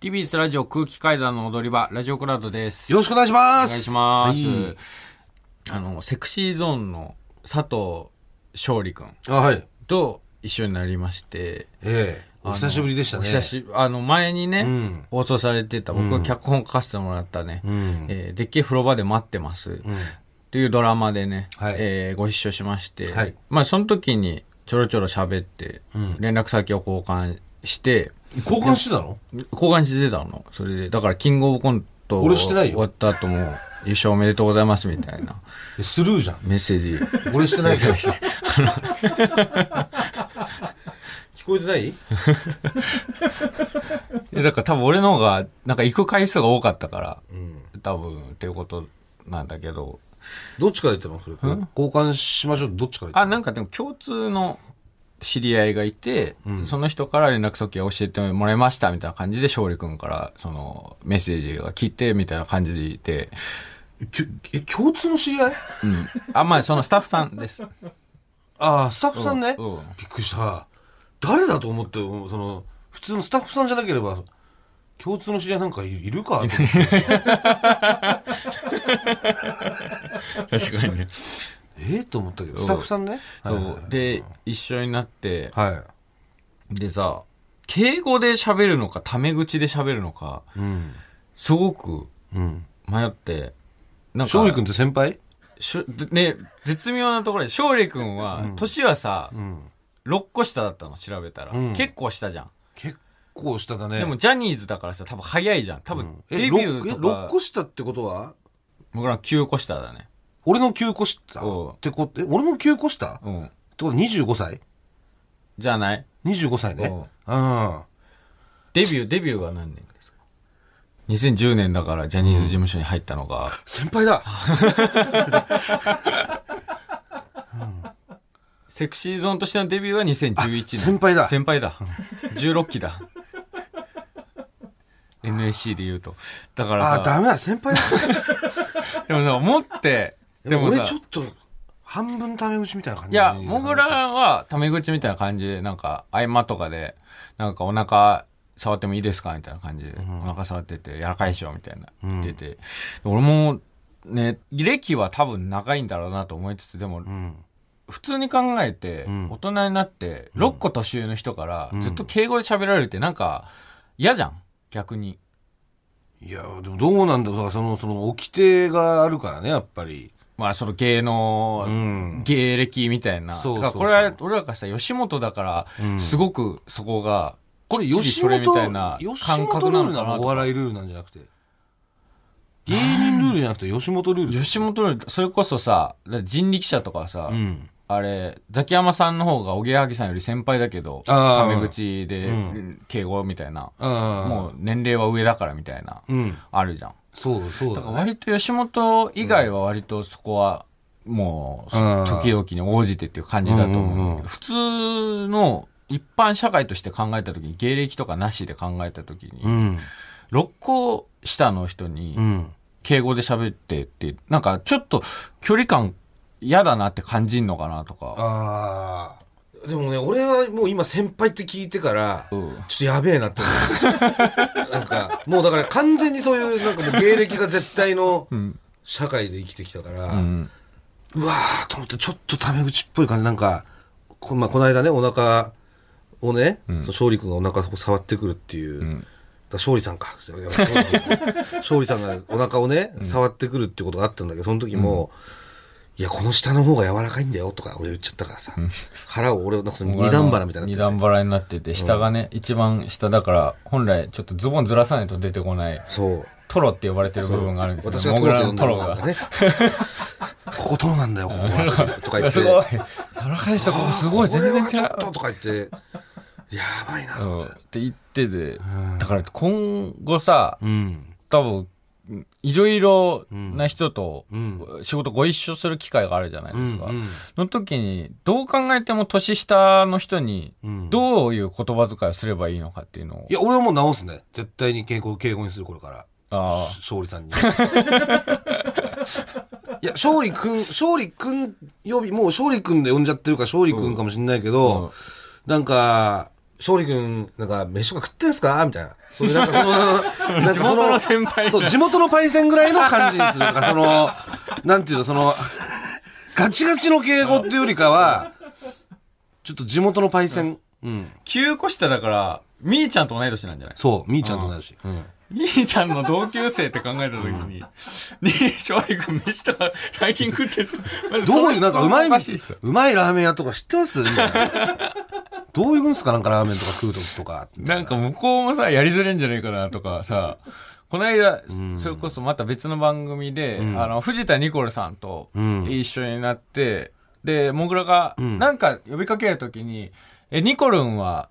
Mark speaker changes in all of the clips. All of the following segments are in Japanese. Speaker 1: TBS ラジオ空気階段の踊り場、ラジオクラウドです。
Speaker 2: よろしくお願いし
Speaker 1: お
Speaker 2: ます。
Speaker 1: 願いします。
Speaker 2: はい
Speaker 1: あの、セクシーゾーンの佐藤勝利くん
Speaker 2: あ、はい。
Speaker 1: と一緒になりまして、
Speaker 2: ええお久しぶりでしたね。
Speaker 1: お久しあの、前にね、
Speaker 2: ん
Speaker 1: 放送されてた、僕、脚本書かせてもらったね、
Speaker 2: ん
Speaker 1: えーでっけえ風呂場で待ってます、っていうドラマでね、
Speaker 2: はい
Speaker 1: えーご一緒しまして、
Speaker 2: はい
Speaker 1: まあ、その時にちょろちょろ喋って、連絡先を交換して、
Speaker 2: 交換してたの
Speaker 1: 交換してたの。それで、だから、キングオブコント
Speaker 2: 俺してないよ
Speaker 1: 終わった後も、優勝おめでとうございますみたいな
Speaker 2: えスルーじゃん。
Speaker 1: メッセー ジ。
Speaker 2: 俺してないから。聞 こえてない
Speaker 1: でだから多分俺の方が、なんか行く回数が多かったから、
Speaker 2: うん。
Speaker 1: 多分っていうことなんだけど。
Speaker 2: どっちから言ってますそれ。交換しましょうどっちから言
Speaker 1: あ、
Speaker 2: って
Speaker 1: なんかでも共通の知り合いがいて、その人から連絡先を教えてもらいましたみたいな感じで、勝利君からそのメッセージが来てみたいな感じで、
Speaker 2: あ、きょえ、共通の知り合い
Speaker 1: うん。あ、まあそのスタッフさんです。
Speaker 2: ああ、スタッフさんね。
Speaker 1: うんうん
Speaker 2: びっくりした。誰だと思って、うんその、普通のスタッフさんじゃなければ、共通の知り合いなんかいいるか と思って
Speaker 1: 確かにね。
Speaker 2: ええと思ったけど、スタッフさんね。
Speaker 1: そ
Speaker 2: はいはいうは。い
Speaker 1: で、一緒になって、
Speaker 2: は
Speaker 1: でさ、敬語で喋るのか、タメ口で喋るのか、
Speaker 2: い。うん。
Speaker 1: すごく
Speaker 2: うん。
Speaker 1: 迷って、なんか、
Speaker 2: 勝利君って先輩
Speaker 1: しょね、絶妙なところで、勝利君は、年はさ、
Speaker 2: ん
Speaker 1: 6個下だったの、調べたら。
Speaker 2: うん
Speaker 1: 結構下じゃん。
Speaker 2: 結構下だね。
Speaker 1: でも、ジャニーズだからさ、多分早いじゃん。多分、
Speaker 2: え、
Speaker 1: デビューと
Speaker 2: 6
Speaker 1: か、
Speaker 2: 個下ってことは
Speaker 1: 僕ら9個下だね。
Speaker 2: 俺の9個下
Speaker 1: うん
Speaker 2: ってこと、え、俺の9個下って
Speaker 1: うん。
Speaker 2: ことは25歳
Speaker 1: じゃない
Speaker 2: ?25 歳ね。
Speaker 1: うん
Speaker 2: うん。
Speaker 1: デビュー、デビューは何年ですか ?2010 年だから、ジャニーズ事務所に入ったの が、
Speaker 2: 先輩だ
Speaker 1: セクシーゾーンとしてのデビューは2011年。
Speaker 2: あ先輩だ
Speaker 1: 先輩だ。16期だ。NSC で言うと。だから
Speaker 2: あ、
Speaker 1: さ、
Speaker 2: ダメだ、先輩だ
Speaker 1: でもさ、思って、 でも
Speaker 2: 俺
Speaker 1: さ
Speaker 2: ちょ、っと、半分タメ口みたいな感
Speaker 1: い
Speaker 2: じ
Speaker 1: や、モグラはタメ口みたいな感じで、なんか、合間とかで、なんかお腹触ってもいいですかみたいな感じで、お腹触ってて、柔らかいでしょみたいな、言ってて。俺も、ね、歴は多分長いんだろうなと思いつつ、でも、
Speaker 2: うん。
Speaker 1: 普通に考えて、
Speaker 2: ん
Speaker 1: 大人になって、6個年上の人から、ずっと敬語で喋られるって、なんか、嫌じゃん逆に。
Speaker 2: いや、でもどうなんだろう。だからその、その、掟があるからね、やっぱり。
Speaker 1: まあ、その芸能、
Speaker 2: うん。
Speaker 1: 芸歴みたいな。
Speaker 2: そうそう
Speaker 1: だ
Speaker 2: そう
Speaker 1: からこれは、俺らからしたら吉本だから、すごくそこが、
Speaker 2: これ、
Speaker 1: きっちり
Speaker 2: 吉
Speaker 1: それ
Speaker 2: 本、
Speaker 1: みたいな
Speaker 2: 吉
Speaker 1: 感
Speaker 2: 本
Speaker 1: 覚
Speaker 2: ル
Speaker 1: な
Speaker 2: ール
Speaker 1: の
Speaker 2: な
Speaker 1: か
Speaker 2: の
Speaker 1: な
Speaker 2: お
Speaker 1: と。
Speaker 2: 笑いルールなんじゃなくて。芸人ルールじゃなくて、吉本ルール。
Speaker 1: 吉本よりそれこそさ、だから人力車とかさ、
Speaker 2: うん。
Speaker 1: あれ、ザキヤマさんの方が、おぎやはぎさんより先輩だけど、
Speaker 2: あ
Speaker 1: タメ
Speaker 2: ー
Speaker 1: 口で、敬語みたいな。
Speaker 2: ああ。
Speaker 1: もう年齢は上だからみたいな、
Speaker 2: う。うん。
Speaker 1: あるじゃん。
Speaker 2: そう、そう
Speaker 1: だ
Speaker 2: だ
Speaker 1: から
Speaker 2: ね。
Speaker 1: 割と吉本以外は割とそこは、もう、
Speaker 2: うん
Speaker 1: 時々に応じてっていう感じだと思うんだけど
Speaker 2: うんうんうん
Speaker 1: 普通の一般社会として考えたときに、芸歴とかなしで考えたときに、
Speaker 2: ん。
Speaker 1: 6個下の人に
Speaker 2: う、ん。
Speaker 1: 敬語で喋ってって、なんかちょっと距離感嫌だなって感じんのかなとか。
Speaker 2: ああ。でもね、俺はもう今先輩って聞いてから、
Speaker 1: う
Speaker 2: ちょ
Speaker 1: ん
Speaker 2: っとやべえなって 思う。なんか、もうだから完全にそういう、なんかもう芸歴が絶対の社会で生きてきたから、う
Speaker 1: うん。
Speaker 2: わーと思ってちょっとタメ口っぽい感じ、なんか、こ,、まあ、この間ね、お腹をね、その勝利君がお腹を触ってくるっていう、だから勝利さんか。いやそうだね勝利さんがお腹をね、触ってくるってことがあったんだけど、その時も、いや、この下の方が柔らかいんだよとか俺言っちゃったからさ、腹を俺、なんかその二段腹みたいに
Speaker 1: 二
Speaker 2: なって
Speaker 1: 段腹になってて、下がね、一番下だから、本来ちょっとズボンずらさないと出てこない。
Speaker 2: て。そう。
Speaker 1: トロって呼ばれてる部分があるんですけど、
Speaker 2: 私がト
Speaker 1: モグ
Speaker 2: ロ
Speaker 1: ラ
Speaker 2: と呼
Speaker 1: の
Speaker 2: ん
Speaker 1: ト
Speaker 2: だ
Speaker 1: ロ
Speaker 2: の
Speaker 1: が。
Speaker 2: がね。 ここトロなんだよ、ここは。とか言って。
Speaker 1: すごい。やらかい人、ここすごい、全然違
Speaker 2: これはちょっ
Speaker 1: う
Speaker 2: と。とか言って、やばいな
Speaker 1: う
Speaker 2: と
Speaker 1: ん
Speaker 2: 思
Speaker 1: っ
Speaker 2: って。
Speaker 1: て言ってて、だから今後さ、
Speaker 2: うん。
Speaker 1: 多分、いろいろな人と
Speaker 2: うん
Speaker 1: 仕事ご一緒する機会があるじゃないですか。
Speaker 2: うんうん
Speaker 1: その時に、どう考えても年下の人に
Speaker 2: ん、
Speaker 1: どういう言葉遣いをすればいいのかっていうのを
Speaker 2: い、や、俺はもう直すね。絶対に敬語、敬語にする頃から。
Speaker 1: ああ
Speaker 2: 勝 利さんに。いや、勝利くん、勝利くん呼び、もう勝利くんで呼んじゃってるから勝利くんかもしんないけ
Speaker 1: う
Speaker 2: ど、
Speaker 1: ん
Speaker 2: なんか、勝利君、なんか、飯とか食ってんすかみたいな。そういう、なんかそ の、なんかそ
Speaker 1: 地元の先輩
Speaker 2: そう、地元のパイセンぐらいの感じにする。なんかその、なんていうの、その、ガチガチの敬語っていうよりかは、ちょっと地元のパイセン。うん。
Speaker 1: 9個下だから、みーちゃんと同い年なんじゃない
Speaker 2: そう、みーちゃんと同じし。うん。
Speaker 1: みーちゃんの同級生って考えたときに、ねえ、勝利君飯とか最近食ってんすか
Speaker 2: どういう、なんかうまい
Speaker 1: らしいっす
Speaker 2: 店
Speaker 1: よ。、
Speaker 2: うまいラーメン屋とか知ってますみたいな。どういうんすかなんかラーメンとか食うときとか。
Speaker 1: なんか向こうもさ、やりづれんじゃないかなとかさ、この間、それこそまた別の番組で、あの、藤田ニコルさんと
Speaker 2: ん
Speaker 1: 一緒になって、で、モグラが、なんか呼びかけるときに、え、ニコルンは、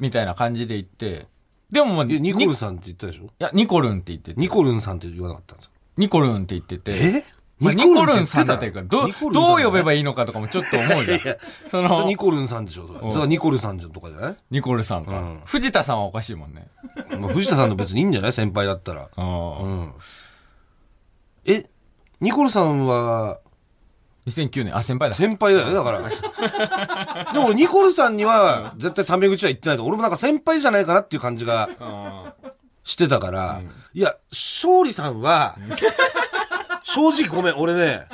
Speaker 1: みたいな感じで言って、でももう、
Speaker 2: え、ニコル
Speaker 1: い
Speaker 2: ンさんって言ったでしょ
Speaker 1: や、ニコルンって言ってて、
Speaker 2: ニコルンさんって言わなかったんですか
Speaker 1: ニコルンって言ってて、
Speaker 2: え
Speaker 1: まあ、ニコルンさんだったりか、どう、どう呼べば
Speaker 2: いい
Speaker 1: いいのかとかもちょっと思うじゃん。そ
Speaker 2: それ
Speaker 1: の
Speaker 2: ニ、コルンさんでしょそれだからニコルンさんとかじゃない
Speaker 1: ニコルさんか。
Speaker 2: うん
Speaker 1: 藤田さんはおかしいもんね。
Speaker 2: まあ、藤田さんの別にいいんじゃない先輩だったら。
Speaker 1: あ
Speaker 2: う
Speaker 1: あ。
Speaker 2: ん。え、ニコルさんは、
Speaker 1: 2009年、あ、先輩だ。
Speaker 2: 先輩だよね、だか ら。でも、ニコルさんには、絶対タメ口は言ってないと。俺もなんか先輩じゃないかなっていう感じが
Speaker 1: ああ
Speaker 2: してたから。いや、勝利さんは、正直ごめん、俺ね、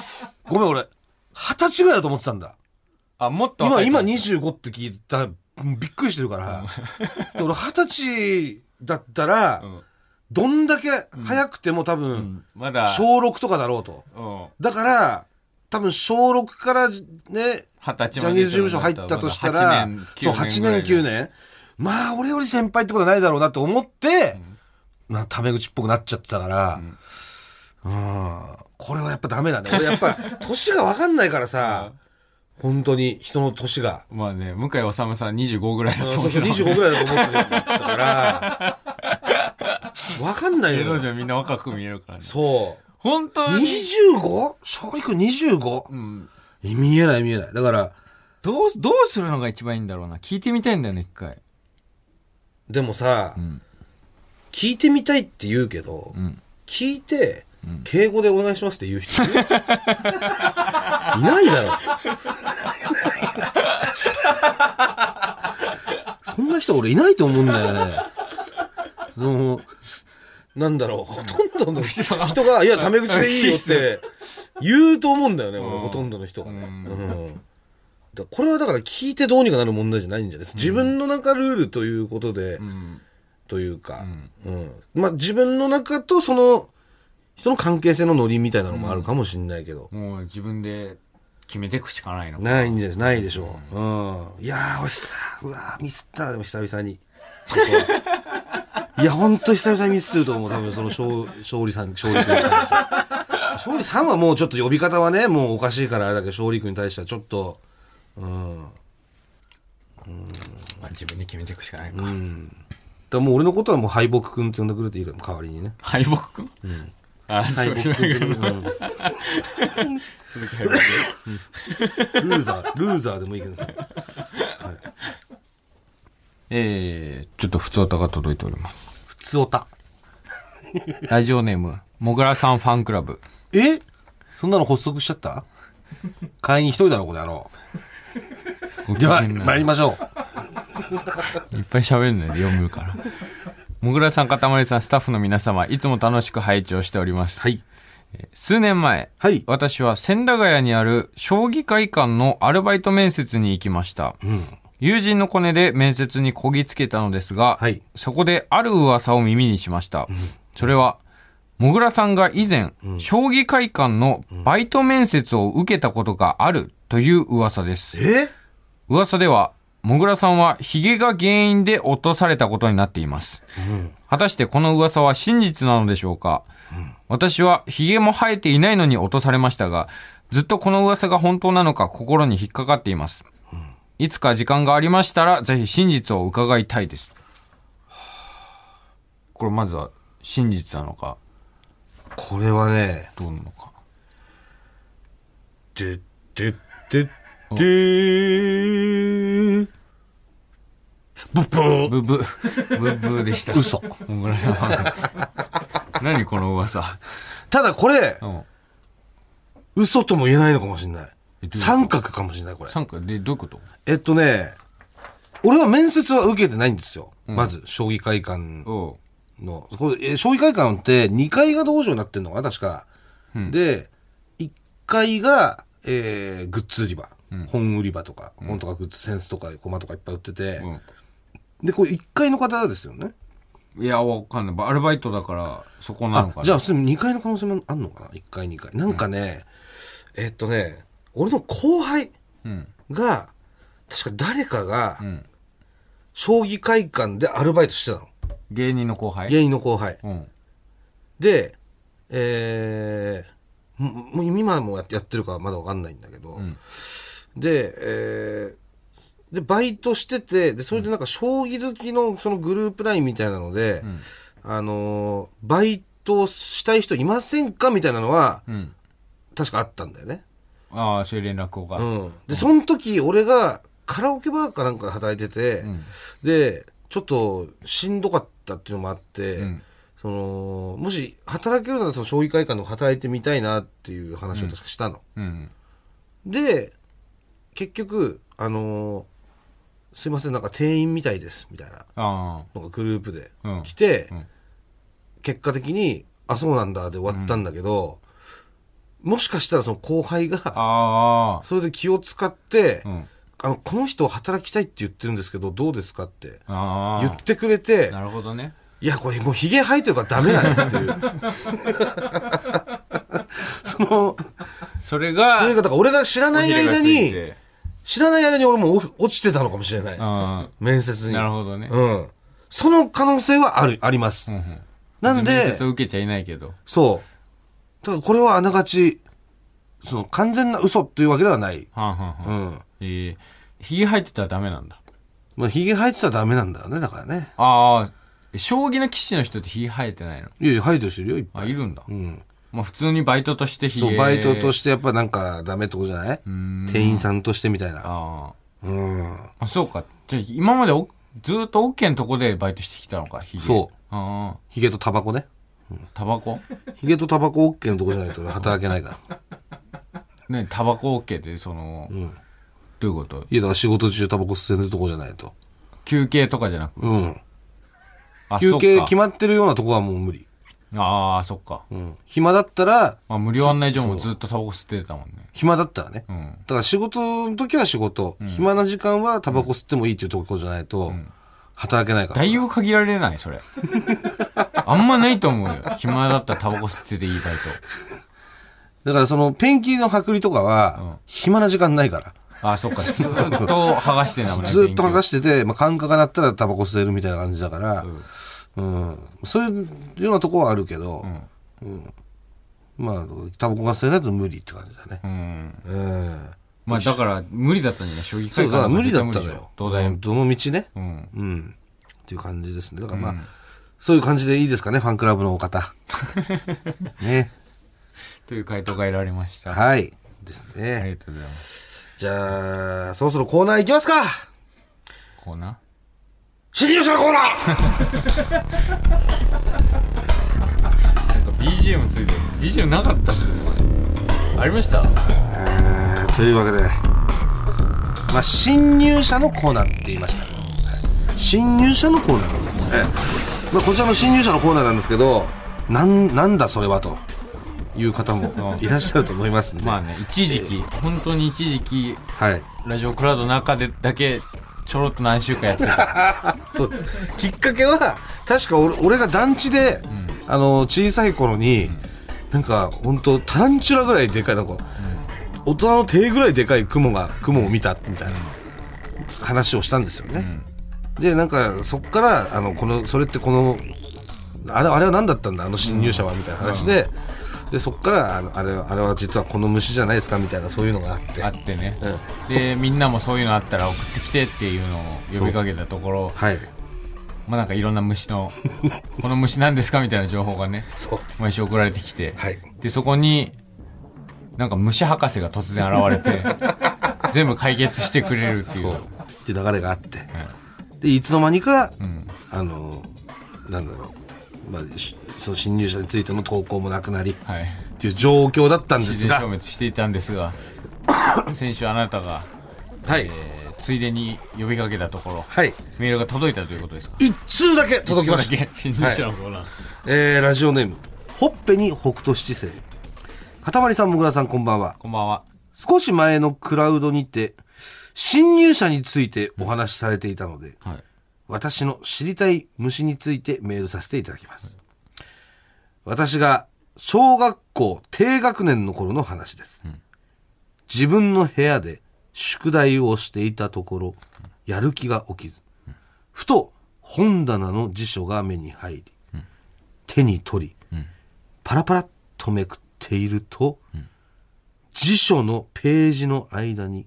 Speaker 2: ごめん、俺、二十歳ぐらいだと思ってたんだ。
Speaker 1: あ、もっと
Speaker 2: 今、
Speaker 1: 若い
Speaker 2: 今25って聞いたら、びっくりしてるから。で俺二十歳だったら、
Speaker 1: ん
Speaker 2: どんだけ早くても多分、
Speaker 1: うんまだ、
Speaker 2: 小6とかだろうと。
Speaker 1: うん
Speaker 2: だから、多分小6からね、
Speaker 1: 二十
Speaker 2: ジ
Speaker 1: 歳
Speaker 2: ャ
Speaker 1: ま
Speaker 2: ニー
Speaker 1: で
Speaker 2: ズ事務所入ったとしたら、
Speaker 1: まだ8年
Speaker 2: そう、8年、9
Speaker 1: 年
Speaker 2: 年。まあ、俺より先輩ってことはないだろうなって思って、まあ、タメ口っぽくなっちゃってたから、うん、これはやっぱダメだね。俺やっぱ、 年がわかんないからさ、本当に人の年が。
Speaker 1: ぐらいだよまあね、向井治さん25ぐらいだと
Speaker 2: そ
Speaker 1: 思
Speaker 2: う
Speaker 1: って
Speaker 2: そう、
Speaker 1: た
Speaker 2: 25ぐらいだと思ってたから、わかんない
Speaker 1: 芸
Speaker 2: の
Speaker 1: 能
Speaker 2: よ。
Speaker 1: 人はみんな若く見えるからね。
Speaker 2: そう。
Speaker 1: 本当に、
Speaker 2: 25? 勝利君 25?
Speaker 1: うん、
Speaker 2: 見えない見えない。だから、
Speaker 1: どう、どうするのが一番いいんだろうな。聞いてみたいんだよね、一回。
Speaker 2: でもさ、
Speaker 1: ん
Speaker 2: 聞いてみたいって言うけど、
Speaker 1: ん
Speaker 2: 聞いて、敬語でお願いしますって言 う人いるいないだろ。そんな人俺いないと思うんだよね。その、なんだろう、ほとんどの人が、いや、タメ口でいいよって言うと思うんだよね、俺、
Speaker 1: うん
Speaker 2: ほとんどの人がね。
Speaker 1: うん
Speaker 2: うんだこれはだから聞いてどうにかなる問題じゃないんじゃない自分の中ルールということで、
Speaker 1: うん。
Speaker 2: というか、
Speaker 1: ん
Speaker 2: うんまあ自分の中とその人の関係性のノリみたいなのもあるかもしれないけど、
Speaker 1: もう自分で決めていくしかないのか。
Speaker 2: ないんじゃないでしょう。うん。いやー、おしさ、うわー、ミスったな、でも久々に。ここ はいや、ほんと久々にミスってると思う。多分その勝、勝利さん、勝利君に対して。勝利さんはもうちょっと呼び方はね、もうおかしいからあれだけど、勝利君に対してはちょっと、うん。
Speaker 1: まあ、自分で決めていくしかないか。
Speaker 2: だからもう俺のことはもう敗北君って呼んでくれていいから、代わりにね。
Speaker 1: 敗北くん あ、
Speaker 2: 敗
Speaker 1: 敗
Speaker 2: 北
Speaker 1: 北く
Speaker 2: 君。
Speaker 1: ん。
Speaker 2: うん
Speaker 1: 鈴木敗北
Speaker 2: ルーザー、ルーザーでもいいけど。
Speaker 1: えー、ちょっと普通歌が届いております。
Speaker 2: 普通おた。
Speaker 1: ラジオネーム、もぐらさんファンクラブ。
Speaker 2: えそんなの発足しちゃった 会員一人だろ、この野郎。
Speaker 1: ご機
Speaker 2: で
Speaker 1: 嫌
Speaker 2: は、
Speaker 1: な
Speaker 2: 参りましょう。
Speaker 1: いっぱい喋るので読むから。もぐらさん、かたまりさん、スタッフの皆様、いつも楽しく拝聴しております。
Speaker 2: はい。
Speaker 1: 数年前、
Speaker 2: はい
Speaker 1: 私は千駄ヶ谷にある将棋会館のアルバイト面接に行きました。友人のコネで面接にこぎつけたのですが、
Speaker 2: はい
Speaker 1: そこである噂を耳にしました。それは、もぐらさんが以前、将棋会館のバイト面接を受けたことがあるという噂です。
Speaker 2: え
Speaker 1: 噂では、もぐらさんは髭が原因で落とされたことになっています。果たしてこの噂は真実なのでしょうか、私は髭も生えていないのに落とされましたが、ずっとこの噂が本当なのか心に引っかかっています。いつか時間がありましたら、ぜひ真実を伺いたいです。これまずは真実なのか、
Speaker 2: これはね、
Speaker 1: どうなのか。
Speaker 2: てってってってー。ブッブー。
Speaker 1: ブブ、ブブでした。
Speaker 2: 嘘。
Speaker 1: もぐらさん。何この噂。
Speaker 2: ただこれ、
Speaker 1: うん
Speaker 2: 嘘とも言えないのかもしれない
Speaker 1: えどういう。こと
Speaker 2: 三角かもしれない、これ。
Speaker 1: 三角でどういうこと
Speaker 2: えっとね、俺は面接は受けてないんですよ。まず、将棋会館
Speaker 1: おう
Speaker 2: の、これ、えー将棋会館って2階が道場になってんのかな、確か。で、1階が、えーグッズ売り場。本売り場とか、本とかグッズセンスとか、コマとかいっぱい売ってて。で、これ1階の方ですよね。
Speaker 1: うん。いや、わかんない。アルバイトだから、そこなの
Speaker 2: あ
Speaker 1: かな。
Speaker 2: じゃあ、普通に2階の可能性もあんのかな ?1 階、2階。なんかね、えーっとね、俺の後輩
Speaker 1: うん。
Speaker 2: が、確か誰かが
Speaker 1: う、ん。
Speaker 2: 将棋会館でアルバイトしてたの。
Speaker 1: 芸人の後輩
Speaker 2: 芸人の後輩。
Speaker 1: うん。
Speaker 2: で、えー、ももう今もやってやってるかはまだわかんないんだけど、
Speaker 1: ん
Speaker 2: で、えー、で、バイトしてて、で、それでなんか将棋好きのそのグループラインみたいなので、
Speaker 1: ん
Speaker 2: あのーバイトしたい人いませんかみたいなのは、
Speaker 1: うん。
Speaker 2: 確かあったんだよね。
Speaker 1: ああ、そういう連絡をが。
Speaker 2: う
Speaker 1: うん。
Speaker 2: ん。で、その時俺がカラオケバーかなんかで働いてて、で、ちょっとしんどかったっていうのもあって、
Speaker 1: ん
Speaker 2: その、もし働けるならその将棋会館の働いてみたいなっていう話を確かしたの。
Speaker 1: うん。
Speaker 2: で、結局、あのーすいません、なんか店員みたいです、みたいな
Speaker 1: あ
Speaker 2: のがグループで
Speaker 1: あ。うん。
Speaker 2: 来て、
Speaker 1: うん
Speaker 2: 結果的に、あ、そうなんだで終わったんだけど、もしかしたらその後輩が、
Speaker 1: あ
Speaker 2: それで気を使って、
Speaker 1: あ。うん。
Speaker 2: あの、この人働きたいって言ってるんですけど、どうですかって
Speaker 1: ああ。
Speaker 2: 言ってくれて、
Speaker 1: なるほどね。
Speaker 2: いや、これもうヒゲ生えてるからダメだよっ ていう。その、
Speaker 1: それが、
Speaker 2: というか、だから俺が知らない間
Speaker 1: おひ
Speaker 2: に
Speaker 1: れがつい、て
Speaker 2: 知らない間に俺もう落ちてたのかもしれない。
Speaker 1: うん。
Speaker 2: 面接に。
Speaker 1: なるほどね。
Speaker 2: うん。その可能性はある、あります。
Speaker 1: うんうん
Speaker 2: なん
Speaker 1: 面
Speaker 2: で
Speaker 1: 接、を受けちゃいないけど。
Speaker 2: そう。ただこれはあながち、その完全な嘘というわけではない。
Speaker 1: はんはんはん
Speaker 2: う。ん。
Speaker 1: ええひげ生えてたらダメなんだ。
Speaker 2: まあ、ヒゲ生えてたらダメなんだよね、だからね。
Speaker 1: ああ、将棋の棋士の人ってひげ生えてないの
Speaker 2: いやいや、生えてる人いるよ、いっぱい。
Speaker 1: あ、いるんだ。
Speaker 2: うん。
Speaker 1: まあ普通にバイトとしてひげ
Speaker 2: そう、バイトと
Speaker 1: して。
Speaker 2: してやっぱなんかダメってことじゃない
Speaker 1: うん。
Speaker 2: 店員さんとしてみたいな。
Speaker 1: ああ。
Speaker 2: うん。
Speaker 1: まあそうか。じゃあ今までおずっと OK のとこでバイトしてきたのか、ひげ。。
Speaker 2: そう
Speaker 1: あ
Speaker 2: ヒゲとタバコね。
Speaker 1: あ。タバコ
Speaker 2: ヒゲとタバコ OK のとこじゃないと働けないから。
Speaker 1: ね、タバコ OK って、その、どういうこと
Speaker 2: いや、だから仕事中タバコ吸ってるとこじゃないと。
Speaker 1: 休憩とかじゃなく。
Speaker 2: うん。
Speaker 1: あ、
Speaker 2: 休
Speaker 1: そ
Speaker 2: 憩
Speaker 1: っか
Speaker 2: 決まってるようなとこはもう無理。
Speaker 1: ああ、そっか。
Speaker 2: うん。暇だったら、
Speaker 1: まあ無料案内所もずっとタバコ吸ってたもんね。
Speaker 2: 暇だったらね。
Speaker 1: うん。
Speaker 2: だから仕事の時は仕事、暇な時間はタバコ吸ってもいいっていうとこじゃないと、働けないから。
Speaker 1: だいぶ限られない、それ。 あんまないと思うよ。暇だったらタバコ吸ってていいバイ
Speaker 2: だからそのペンキの剥離とか
Speaker 1: うん
Speaker 2: は、暇な時間ないから。
Speaker 1: ト。ああ、そっか。ずっと剥がしてんだもんね。
Speaker 2: ずっと剥が
Speaker 1: し
Speaker 2: してて、まあ、感覚がなったらタバコ吸えるみたいな感じだから、
Speaker 1: ん
Speaker 2: うん。そういうようなとこはあるけど、
Speaker 1: ん
Speaker 2: まあ、タバコが吸えないと無理って感じだね。
Speaker 1: うん。
Speaker 2: うん。
Speaker 1: まあだから、無理だったんじゃない将棋
Speaker 2: そ
Speaker 1: 会
Speaker 2: う、だから
Speaker 1: 館
Speaker 2: 無理だったの
Speaker 1: の
Speaker 2: よ。
Speaker 1: どうだ
Speaker 2: うん
Speaker 1: よ。
Speaker 2: どの道ね。
Speaker 1: うん。
Speaker 2: うん。っていう感じですね。だからまあ、そういう感じでいいですかね、ファンクラブのお 方。ね。
Speaker 1: という回答が得られました。あ
Speaker 2: はい。です
Speaker 1: り
Speaker 2: ね。
Speaker 1: がとうございます。
Speaker 2: じゃあ、そろそろコーナーいきますか
Speaker 1: コーナ
Speaker 2: 新入社のコーナー
Speaker 1: ーなんか BGM ついてる。BGM なかったっすねありました
Speaker 2: えーというわけで、まあ、新入社のコーナーって言いました。はい新入社のコーナーでございますね。まあ、こちらの新入社のコーナーなんですけど、なん、なんだそれはという方もいらっしゃると思いますんで。
Speaker 1: まあね、一時期、本当に一時期、
Speaker 2: はい。
Speaker 1: ラジオクラウドの中でだけ、ちょろっと何週間やってた。
Speaker 2: そうです。きっかけは、確か俺俺が団地で、あの、小さい頃に、なんか、本当タランチュラぐらいでかい、なんか、大人の手ぐらいでかい雲が、雲を見た、みたいな話をしたんですよね。で、なんか、そっから、あの、この、それってこの、あれあれは何だったんだ、あの侵入者は、みたいな話で、で、そっから、あのあれは、あれは実はこの虫じゃないですか、みたいな、そういうのがあって
Speaker 1: あ。って ね、
Speaker 2: う
Speaker 1: でみんなもそういうのあったら送ってきてっていうのを呼びかけたところ
Speaker 2: はい。
Speaker 1: まあなんかいろんな虫 のこの虫なんですかみたいな情報がね
Speaker 2: そう。
Speaker 1: 毎週送られてきて、
Speaker 2: はい
Speaker 1: でそこになんか虫博士が突然現 れて全部解決してくれるっていう
Speaker 2: っていう流れがあって、でいつの間にか、あのなんだろう、まあ、しその侵入者についての投稿もなくなりっ
Speaker 1: はい
Speaker 2: ていう状況だったんで
Speaker 1: 自
Speaker 2: す
Speaker 1: 然消
Speaker 2: が、
Speaker 1: 滅していたんですが先週あなたが、
Speaker 2: はい
Speaker 1: えーついでに呼びかけたところ、
Speaker 2: はい。
Speaker 1: メールが届いたということですか
Speaker 2: 一通だけ届きました。
Speaker 1: た。新入社のコーナー。
Speaker 2: えー、ラジオネーム、ほっぺに北斗七星。かたまりさん、もぐらさん、こんばんは。
Speaker 1: こんばんは。
Speaker 2: 少し前のクラウドにて、新入社についてお話しされていたので、
Speaker 1: はい。
Speaker 2: 私の知りたい虫についてメールさせていただきます。私が小学校低学年の頃の話です。自分の部屋で宿題をしていたところ、やる気が起きず、ふと本棚の辞書が目に入り、手に取り、パラパラっとめくっていると、辞書のページの間に、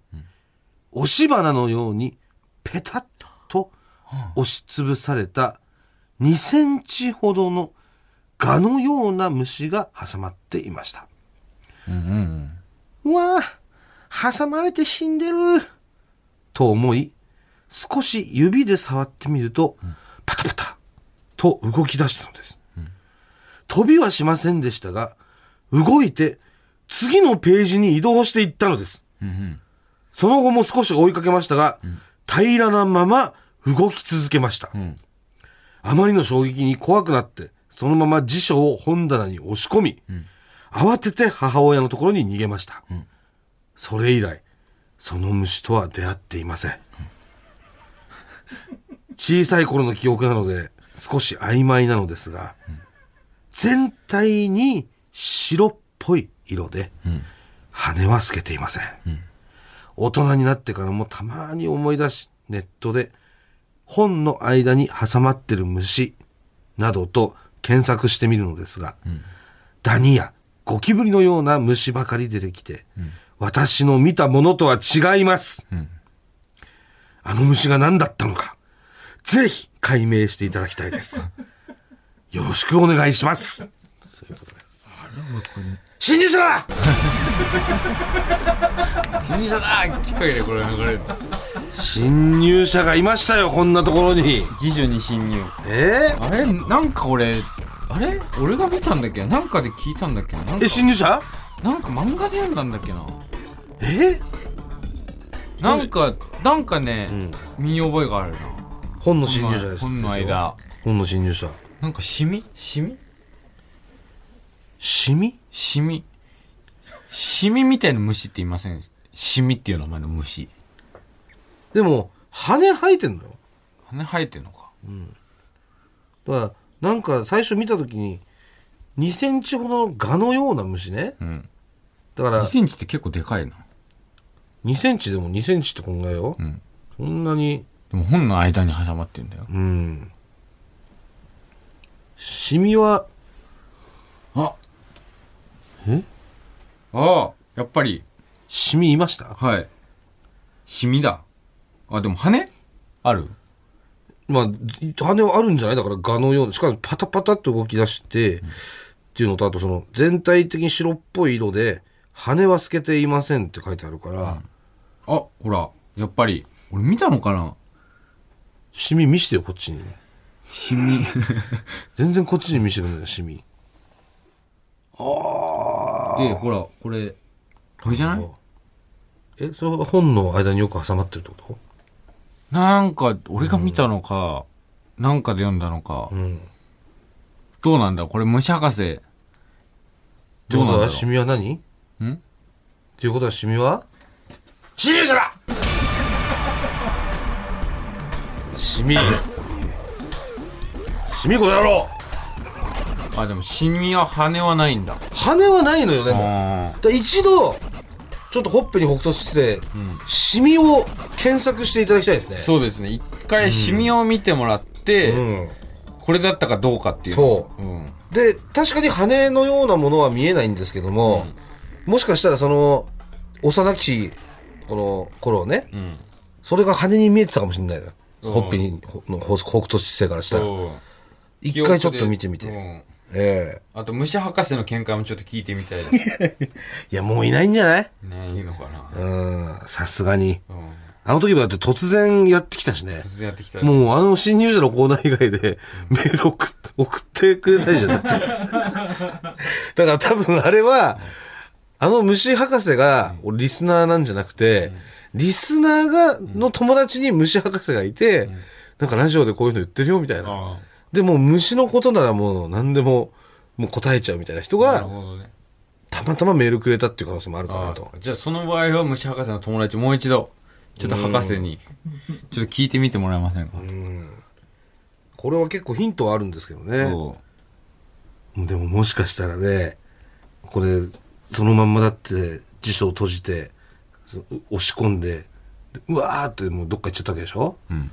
Speaker 2: 押し花のようにペタッと押しつぶされた2センチほどの蛾のような虫が挟まっていました。
Speaker 1: うんうんうん。
Speaker 2: うわぁ、挟まれて死んでると思い、少し指で触ってみると、パタパタと動き出したのです。飛びはしませんでしたが、動いて次のページに移動していったのです。
Speaker 1: うんうん。
Speaker 2: その後も少し追いかけましたが、平らなまま動き続けました。
Speaker 1: ん
Speaker 2: あまりの衝撃に怖くなって、そのまま辞書を本棚に押し込み、慌てて母親のところに逃げました。それ以来、その虫とは出会っていません。小さい頃の記憶なので、少し曖昧なのですが、全体に白っぽい色で、羽は透けていません。大人になってからもたまに思い出し、ネットで本の間に挟まってる虫などと検索してみるのですが、ダニやゴキブリのような虫ばかり出てきて、私の見たものとは違います。あの虫が何だったのか、ぜひ解明していただきたいです。 よろしくお願いします。そういうことだ。あれこれ。
Speaker 1: 新入社だきっかけでこれ流れる。
Speaker 2: 侵入者だ侵入者がいましたよ、こんなところに。
Speaker 1: 次女に侵入。
Speaker 2: え
Speaker 1: あれなんか俺、あれ俺が見たんだっけなんかで聞いたんだっけななん
Speaker 2: ー、
Speaker 1: か
Speaker 2: え、侵入者
Speaker 1: なんか漫画で読んだんだっけな
Speaker 2: え
Speaker 1: なんか、なんかね、
Speaker 2: ん
Speaker 1: 身に覚えがあるな。
Speaker 2: 本の侵入者です。
Speaker 1: 本の間。
Speaker 2: 本の侵入者。
Speaker 1: なんかシミシミ
Speaker 2: シミ
Speaker 1: シミ。シミみたいな虫って言いませんシミっていう名前の虫。
Speaker 2: でも、羽生えてんのよ。
Speaker 1: 羽生えてんのか。
Speaker 2: だから、なんか最初見たときに、2センチほどの蛾のような虫ね。
Speaker 1: うん。
Speaker 2: だから
Speaker 1: 2、センチって結構でかいな。
Speaker 2: 2センチでも2センチってこんなよ。
Speaker 1: うん。
Speaker 2: そんなに、
Speaker 1: でも本の間に挟まってんだよ。
Speaker 2: うん。シミは、
Speaker 1: あ
Speaker 2: え
Speaker 1: ああ、やっぱり。
Speaker 2: シミいました
Speaker 1: はい。シミだ。あ、でも羽ある
Speaker 2: まあ、羽はあるんじゃないだから蛾のような。しかもパタパタって動き出して、っていうのと、あとその全体的に白っぽい色で、羽は透けていませんって書いてあるから、
Speaker 1: あ、ほら、やっぱり。俺見たのかな
Speaker 2: シミ見してよ、こっちに。
Speaker 1: シ ミ。
Speaker 2: 全然こっちに見してくれない、シミ。
Speaker 1: で、ほら、これ、これじゃない
Speaker 2: え、それは本の間によく挟まってるってこ
Speaker 1: なんか、俺が見たのか、なんかで読んだのか
Speaker 2: と、うん。
Speaker 1: どうなんだこれ虫博士。
Speaker 2: って
Speaker 1: どう
Speaker 2: こ
Speaker 1: なん
Speaker 2: と
Speaker 1: だ
Speaker 2: は、
Speaker 1: ろ
Speaker 2: シミは何んっていうことは、シミは侵入者だシミ。シミこの野郎
Speaker 1: う。あ、でもシミは羽はないんだ。
Speaker 2: 羽はないのよ、でも。
Speaker 1: あ
Speaker 2: だから一度、ちょっとほっぺに北斗七星、シミを検索していただきたいですね。
Speaker 1: そうですね。一回シミを見てもらって、
Speaker 2: うん。
Speaker 1: これだったかどうかっていう。。
Speaker 2: そう
Speaker 1: うん。
Speaker 2: で、確かに羽のようなものは見えないんですけども、もしかしたらその、幼き、この頃ね、
Speaker 1: うん。
Speaker 2: それが羽に見えてたかもしれないな。
Speaker 1: うん
Speaker 2: ほっぺに、ほのほ北斗七星からしたら。
Speaker 1: そう。
Speaker 2: 一回ちょっと見てみて。
Speaker 1: うん
Speaker 2: え
Speaker 1: あと虫博士の見解もちょっと聞いてみたいです
Speaker 2: えいや、もういないんじゃない
Speaker 1: ねいいのかな
Speaker 2: うん、さすがに。
Speaker 1: うん
Speaker 2: あの時もだって突然やってきたしね。
Speaker 1: 突然やってきたら
Speaker 2: もうあの侵入者のコーナー以外でメール送っ送ってくれないじゃん。だ ってだから多分あれは、あの虫博士が俺リスナーなんじゃなくて、リスナーが、の友達に虫博士がいて、なんかラジオでこういうの言ってるよみたいな。
Speaker 1: あ
Speaker 2: で、もう虫のことならもう何でも、もう答えちゃうみたいな人
Speaker 1: あなる
Speaker 2: が、
Speaker 1: ほどね。
Speaker 2: たまたまメールくれたっていう可能性もあるかな
Speaker 1: あ
Speaker 2: と。
Speaker 1: あじゃあその場合は虫博士の友達もう一度、ちょっと博士に、ちょっと聞いてみてもらえませんか
Speaker 2: うん。これは結構ヒントはあるんですけどね。
Speaker 1: そう
Speaker 2: でももしかしたらね、これ、そのまんまだって辞書を閉じて、そ押し込んで、でうわーってもうどっか行っちゃったわけでしょ
Speaker 1: うん。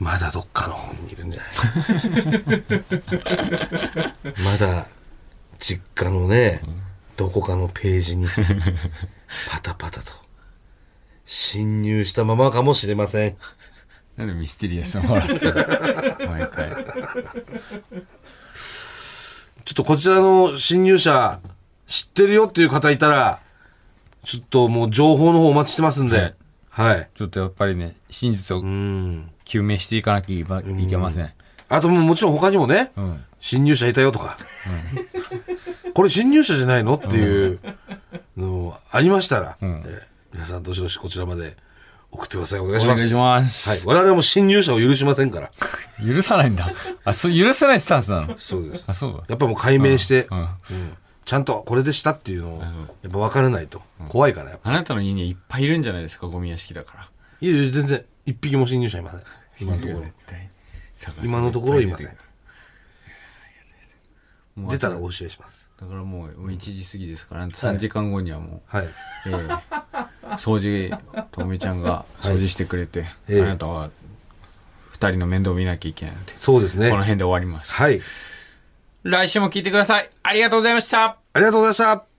Speaker 2: まだどっかの本にいるんじゃない まだ実家のね、どこかのページに、パタパタと、侵入したままかもしれません。
Speaker 1: なんでミステリアスな話 毎回。
Speaker 2: ちょっとこちらの侵入者、知ってるよっていう方いたら、ちょっともう情報の方お待ちしてますんで。はい。
Speaker 1: ちょっとやっぱりね、真実を
Speaker 2: うん。
Speaker 1: 究明していかなきゃいばいけません。
Speaker 2: あともうもちろん他にもね、
Speaker 1: うん。
Speaker 2: 侵入者いたよとか、これ侵入者じゃないのっていうのもありましたら、
Speaker 1: ん
Speaker 2: えー皆さんどしどしこちらまで送ってください。お願
Speaker 1: お
Speaker 2: いしま
Speaker 1: 願い
Speaker 2: す。
Speaker 1: しま
Speaker 2: はい。
Speaker 1: す。
Speaker 2: 我々も侵入者を許しませんから。
Speaker 1: 許さないんだ。あ、そう、許さないスタンスなの。
Speaker 2: そうです。
Speaker 1: あ、そう
Speaker 2: やっぱもう解明して、
Speaker 1: だ。うん。
Speaker 2: うんちゃんとこれでしたっていうのを、やっぱ分からないと。怖いから、やっぱ
Speaker 1: あなたの家にいっぱいいるんじゃないですか、ゴミ屋敷だから。
Speaker 2: いやいや、全然、一匹も侵入者いません。今のところ
Speaker 1: 絶。対探す
Speaker 2: 今のところいません
Speaker 1: っぱ出てくるもう
Speaker 2: 出たらお教えします。
Speaker 1: だからもう1時過ぎですから、3時間後にはも
Speaker 2: はい。
Speaker 1: う、ええ掃除、とめちゃんが掃除してくれて、
Speaker 2: ええ
Speaker 1: あなたは2人の面倒見なきゃいけないので、
Speaker 2: そうですね
Speaker 1: この。辺で終わります。
Speaker 2: はい。
Speaker 1: 来週も聞いてください。ありがとうございました。
Speaker 2: ありがとうございました。